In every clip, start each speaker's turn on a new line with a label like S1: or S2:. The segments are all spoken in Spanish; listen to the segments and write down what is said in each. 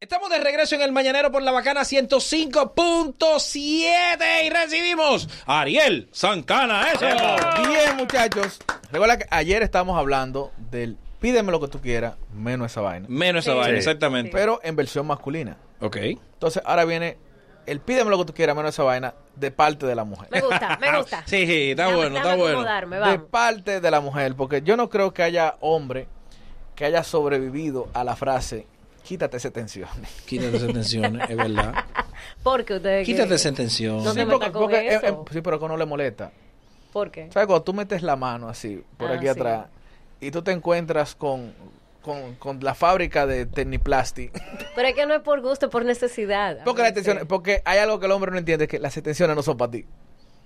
S1: Estamos de regreso en el Mañanero por la Bacana 105.7 y recibimos a Ariel Sancana. ¡Eso!
S2: Bien, muchachos. Recuerda que ayer estábamos hablando del pídeme lo que tú quieras, menos esa vaina.
S1: Menos esa
S3: Sí.
S1: vaina,
S3: Sí.
S1: exactamente.
S2: Pero en versión masculina.
S1: Ok.
S2: Entonces, ahora viene el pídeme lo que tú quieras, menos esa vaina, de parte de la mujer.
S3: Me gusta, me gusta.
S1: Ah, Sí, sí, está
S3: Déjame-
S1: bueno,
S3: déjame
S1: está bueno.
S3: acomodarme,
S2: de
S3: vamos.
S2: parte de la mujer, porque yo no creo que haya hombre que haya sobrevivido a la frase quítate esa tensión.
S1: Quítate esa tensión, es verdad.
S3: Porque ustedes.
S1: Quítate
S3: quieren-
S1: esa tensión.
S3: No
S2: sí,
S3: te
S2: porque,
S3: metas con
S2: porque-
S3: eso.
S2: eh, eh, sí, pero que no le molesta.
S3: ¿Por qué?
S2: ¿Sabes? Cuando tú metes la mano así, por
S3: Ah,
S2: aquí
S3: sí.
S2: atrás, y tú te encuentras con, con, con la fábrica de Tecniplasti.
S3: Pero es que no es por gusto, es por necesidad.
S2: Porque, las
S3: Sí.
S2: extensiones- porque hay algo que el hombre no entiende, que las extensiones no son para ti.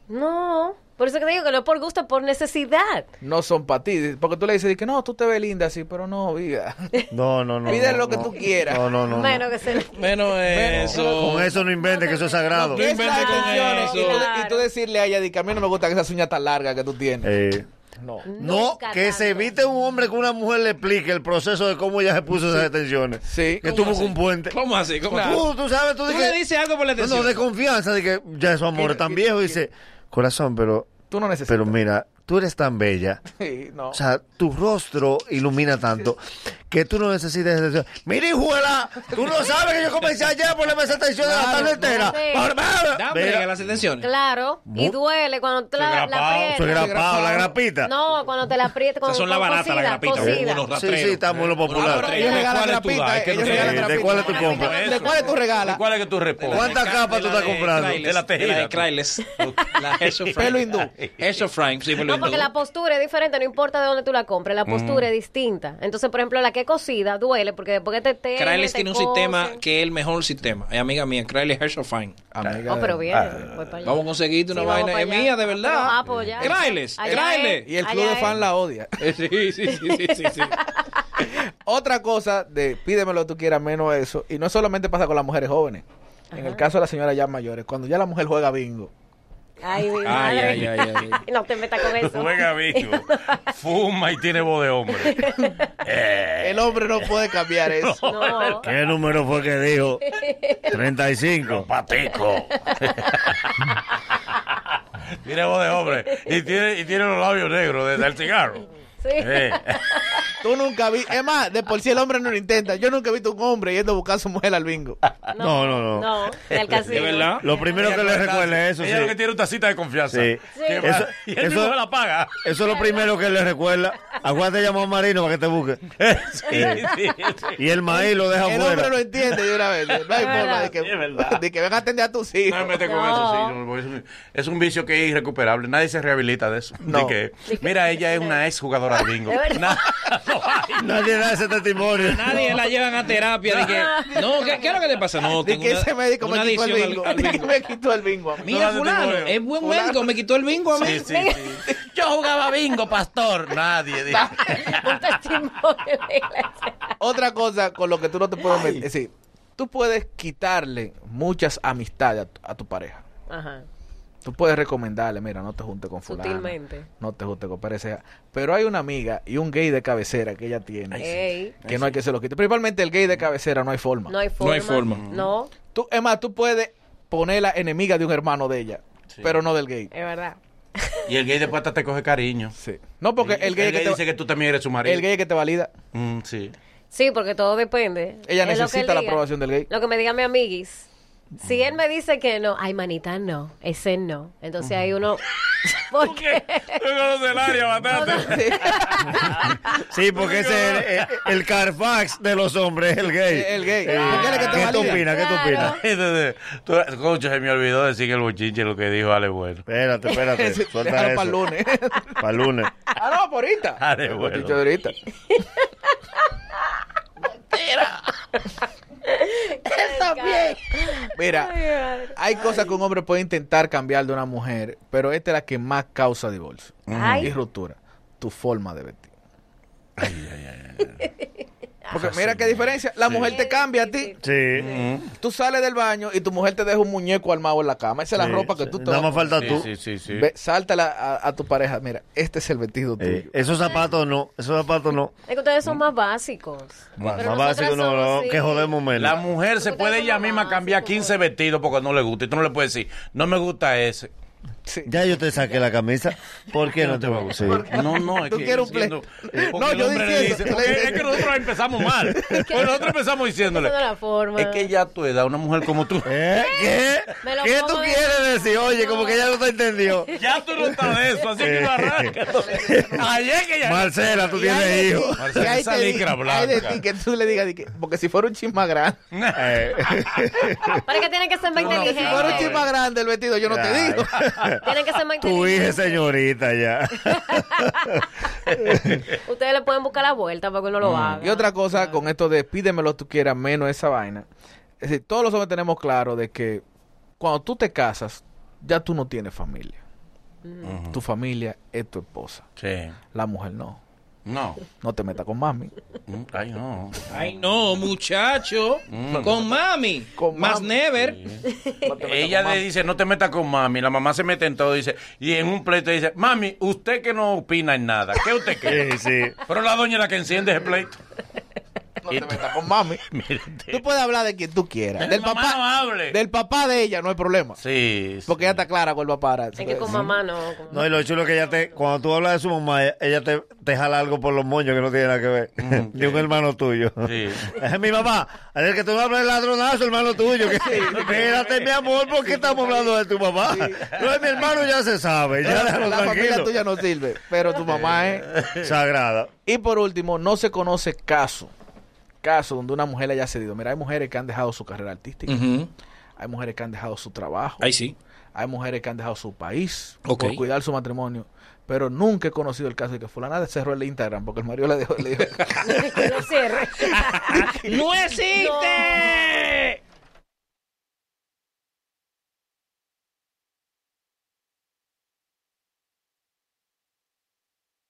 S3: No. Por eso que te digo que no es por gusto, es por necesidad.
S2: No son para ti. Porque tú le dices, que no, tú te ves linda así, pero no, vida.
S4: No, no, no.
S2: Pídele
S4: no,
S2: lo que
S4: no.
S2: tú quieras.
S4: No, no, no. no.
S3: Menos que se le-
S1: Menos eso.
S4: Con eso no inventes que eso es sagrado.
S1: No
S2: Esas
S1: inventes con
S2: extensiones, y, tú,
S3: eso.
S2: y tú decirle a ella, di que a mí no me gusta esa uña tan larga que tú tienes.
S4: Eh,
S2: No.
S4: no,
S3: Nunca
S4: que se
S3: tanto.
S4: evite un hombre que una mujer le explique el proceso de cómo ella se puso esas detenciones.
S2: Sí.
S4: Que tuvo un puente.
S1: ¿Cómo así? ¿Cómo así?
S4: Tú, tú sabes, tú,
S1: Tú
S4: dices
S1: le dices algo por la
S4: No,
S1: tensión.
S4: no, de confianza, de que ya esos amores
S2: Que-
S4: tan
S2: que-
S4: viejos. Dice, corazón, pero,
S2: Tú no necesitas.
S4: pero mira, tú eres tan bella.
S2: Sí, no.
S4: O sea, tu rostro ilumina tanto que tú no necesitas esa Mira, hijuela, tú no sabes que yo comencé ayer a ponerme esa tensión de la tarde entera.
S3: sí.
S4: Por-
S1: Da
S4: Mira,
S1: break a las tensiones.
S3: Claro. Y
S4: Mu-
S3: duele cuando te la, la
S1: grapao,
S4: Soy
S3: aprietas.
S4: grapado, la grapita.
S3: No, cuando te la aprietas.
S1: Esas
S3: Cuando
S1: son las
S3: con
S1: baratas, las
S3: cocida,
S1: grapitas.
S3: cocida.
S1: Unos
S4: Sí,
S1: rastreros.
S4: sí, estamos en lo popular.
S2: Ah, pero ellos regalan trapitas, ellos regalan
S4: ¿De
S2: trapitas.
S4: cuál es tu compra?
S2: ¿De cuál es tu regala?
S5: ¿Cuál es que tú respondes?
S4: ¿Cuántas capas tú estás comprando?
S1: De
S5: De
S1: la
S5: la tejida.
S1: de Crailes. La Eso Frank.
S2: Pelo hindú.
S1: Eso Frank, sí, pelo
S3: No, porque
S1: hindú.
S3: la postura es diferente, no importa de dónde tú la compres,
S4: Mm.
S3: la postura es distinta. Entonces, por ejemplo, la que es cocida duele porque después que te te
S1: Crailes
S3: te
S1: tiene un
S3: cocen.
S1: sistema que es el mejor sistema. Es amiga mía, Crailes Hershofine.
S2: Amiga
S3: Oh,
S2: de-
S3: pero bien,
S4: Ah,
S3: pues, voy para allá.
S1: Vamos a conseguirte una
S3: Sí, vamos
S1: vaina
S3: para
S1: es
S3: allá.
S1: mía, de verdad.
S3: Pero, ah, pues ya.
S1: Crailes,
S3: Allá
S1: Crailes.
S3: es.
S2: Y el club
S3: Allá
S2: de fan
S3: es.
S2: la odia.
S1: Eh, Sí, sí, sí, sí, sí, sí.
S2: Otra cosa de pídeme lo que tú quieras, menos eso. Y no solamente pasa con las mujeres jóvenes. En el caso de las señoras ya mayores, cuando ya la mujer juega bingo.
S3: Ay, mi
S1: Ay,
S3: madre.
S1: ay, ay, ay.
S3: No te metas con eso.
S5: Juega vivo. Fuma y tiene voz de hombre.
S2: El hombre no puede cambiar eso.
S3: No.
S4: Eh, ¿Qué número fue que dijo? 35.
S5: Patico. tiene voz de hombre. Y tiene, y tiene los labios negros desde el cigarro.
S3: Sí.
S5: Eh.
S2: Tú nunca vi, es más, de por sí el hombre no lo intenta. Yo nunca he visto un hombre yendo a buscar a su mujer al bingo.
S1: Ah,
S4: No, no, no.
S3: No, el casino.
S1: De verdad.
S4: Lo primero que le recuerda es eso,
S5: Ella lo que
S4: sí.
S5: tiene es una tacita de confianza.
S4: Sí.
S5: Que va-
S4: Eso-
S5: y él
S4: eso-
S5: mismo la paga.
S4: Eso es lo primero que le recuerda. Aguante llamó a Marino para que te busque.
S5: Sí, sí, sí.
S4: Y el maíz lo deja
S2: El hombre lo
S4: fuera.
S2: entiende de una vez. No hay forma de que,
S5: Es verdad.
S2: de que venga a atender a tus
S5: No me
S2: hijos.
S5: metes con
S3: No.
S5: eso, sí, porque es un- es un vicio que es irrecuperable. Nadie se rehabilita de eso.
S2: No.
S5: Ni que, mira, ella es una ex jugadora de bingo.
S3: De verdad.
S5: Na- no hay.
S4: Nadie da ese testimonio.
S1: Nadie la llevan a terapia. De que, no, ¿qué, qué es lo que le pasa? No,
S2: De
S1: tengo
S2: que
S1: una,
S2: ese médico
S1: una
S2: me quitó el
S1: adicción al-
S2: bingo.
S1: al
S2: De que
S1: bingo.
S2: me quitó el bingo a mí.
S1: Mira,
S5: No, no,
S1: fulano,
S5: testimonio.
S1: es buen
S2: Fulano.
S1: médico, me quitó el bingo a mí.
S5: Sí, sí, sí. Yo jugaba bingo, pastor. Nadie. dijo.
S3: Un testimonio de iglesia.
S2: Otra cosa con lo que tú no te puedes meter. Es decir, tú puedes quitarle muchas amistades a tu, a tu pareja.
S3: Ajá.
S2: Tú puedes recomendarle, mira, no te juntes con fulano.
S3: Sutilmente.
S2: No te juntes con pareja. Pero hay una amiga y un gay de cabecera que ella tiene.
S3: Ey.
S2: Que no hay que se lo quite. Principalmente el gay de cabecera no hay forma.
S3: No hay forma.
S1: No hay forma.
S3: No,
S2: Tú, es más, tú puedes ponerla enemiga de un hermano de ella, pero no del gay.
S3: es verdad.
S5: Y el gay después hasta te coge cariño.
S2: Sí. No, porque el gay, es que te-
S5: dice que tú también eres su marido.
S2: el gay es que te valida.
S5: Mm, sí.
S3: Sí, porque todo depende.
S2: Ella
S3: Es lo que él
S2: necesita la
S3: diga.
S2: aprobación del gay.
S3: Lo que me diga mi amiguis. Si él me dice que no, ay, manita, no, ese no. Entonces ahí uno. ¿Por qué?
S5: Luego los del área, batata.
S4: Sí, porque ese es el, el Carfax de los hombres, el gay.
S2: El gay.
S4: Eh,
S2: Porque él es que te
S4: ¿Qué tú
S2: valida.
S4: opinas? ¿Qué tú
S3: Claro.
S4: opinas?
S5: Entonces, tú- Concho, se me olvidó decir que el bochinche lo que dijo Ale Bueno.
S4: Espérate, espérate. Suelta
S2: Déjalo
S4: eso.
S2: para el lunes.
S4: Para el lunes.
S2: ah, no, por ahorita.
S5: Ah, de
S2: Lo
S5: bueno.
S2: dicho de ahorita. Mira, hay cosas que un hombre puede intentar cambiar de una mujer, pero esta es la que más causa divorcio y
S3: Ay,
S2: ruptura. Tu forma de vestir.
S4: Ah,
S2: Porque mira qué diferencia. La mujer te cambia a ti.
S4: Sí.
S2: Tú sales del baño y tu mujer te deja un muñeco armado en la cama. Esa es
S4: Sí,
S2: la ropa que
S4: sí.
S2: tú te
S4: Nada
S2: vas
S4: más
S2: a
S4: falta
S5: Sí,
S4: tú.
S5: sí, sí, sí.
S2: Ve, sáltala a, a tu pareja. Mira, este es el vestido
S4: Eh,
S2: tuyo.
S4: esos zapatos no, esos zapatos no.
S3: Es que ustedes son más básicos. Pero
S4: Más
S3: nosotras
S4: básico no,
S3: somos
S4: no,
S3: así.
S4: que jodemos
S5: La
S4: menos.
S5: mujer se
S3: Ustedes
S5: puede
S3: son
S5: ella
S3: mamás,
S5: misma cambiar
S3: sí,
S5: 15
S3: por favor.
S5: vestidos porque no le gusta. Y tú no le puedes decir, no me gusta ese.
S2: Sí.
S4: Ya yo te saqué la camisa. ¿Por qué no te va a gustar? Sí.
S5: No, no, es
S2: Tú
S5: que
S2: quieres un
S5: diciendo-
S2: play.
S5: porque
S2: No,
S5: el
S2: yo
S5: hombre le
S2: diciendo-
S5: dice- porque es que nosotros empezamos mal. Pues nosotros empezamos diciéndole.
S3: Esa no es la forma.
S5: Es que ya a tu edad, una mujer como tú.
S4: ¿Eh? ¿Qué?
S3: Me lo
S4: ¿Qué tú
S3: como de-
S4: quieres decir? Oye, como que ya no te entendió.
S5: Ya tú no estás de eso, así que no arrancas. Ayer que ya.
S4: Marcela, tú
S2: Y hay de
S4: tienes
S2: ti-
S4: hijos.
S5: Marcela,
S2: y hay
S5: esa
S2: de ti-
S5: licra
S2: hay de
S5: blanca.
S2: ti que tú le digas, de que- porque si fuera un chin más grande,
S4: Eh,
S3: Pero es que tienen que ser más
S5: No, no,
S2: si fuera un
S3: inteligentes.
S2: chin más grande el vestido, yo no te
S4: claro.
S2: digo.
S3: Tienen que ser más
S4: Tu hija
S3: inteligentes.
S4: es señorita ya.
S3: Ustedes le pueden buscar la vuelta para que uno lo haga.
S2: Y otra cosa con esto de pídemelo tú quieras, menos esa vaina. Es decir, todos los hombres tenemos claro de que cuando tú te casas, ya tú no tienes familia. Tu familia es tu esposa.
S5: Sí.
S2: La mujer no.
S5: No.
S2: No te metas con mami.
S5: Mm, Ay, no.
S1: Ay, no, muchacho.
S5: Mm.
S1: Con mami.
S2: Con
S1: Más
S2: mami.
S1: never.
S2: No te metas
S5: Ella
S2: con
S5: le
S2: mami.
S5: dice, no te metas con mami. La mamá se mete en todo dice, y en un pleito dice, mami, usted que no opina en nada, ¿qué usted cree?
S4: Sí, sí.
S5: Pero la doña es la que enciende ese pleito.
S2: No te metas con mami. Tú puedes hablar de quien tú quieras.
S5: Del
S2: Del
S5: mamá
S2: papá,
S5: no hable.
S2: del papá de ella no hay problema.
S5: Sí. sí.
S2: Porque ella está clara con el papá. ahora.
S3: Es que con mamá no. con
S4: No, y lo chulo es que ella te, cuando tú hablas de su mamá, ella te, te jala algo por los moños que no tiene nada que ver.
S2: Mm,
S4: De un hermano tuyo.
S5: Sí.
S4: Es mi mamá. Es que tú no hablas de ladronazo, hermano tuyo. Que, espérate, mi amor, ¿por qué estamos hablando de tu mamá? No es mi hermano, ya se sabe. Ya déjalo
S2: la familia
S4: tranquilo.
S2: tuya no sirve, pero tu mamá ¿eh? es...
S4: Sagrada.
S2: Y por último, no se conoce caso, caso donde una mujer haya cedido. Mira, hay mujeres que han dejado su carrera artística,
S1: Ujú.
S2: hay mujeres que han dejado su trabajo,
S1: Ahí sí.
S2: hay mujeres que han dejado su país
S1: Ok.
S2: por cuidar su matrimonio. Pero nunca he conocido el caso de que fulana cerró el Instagram porque el marido le dejó... Le dijo,
S3: No cierre.
S1: ¡No existe!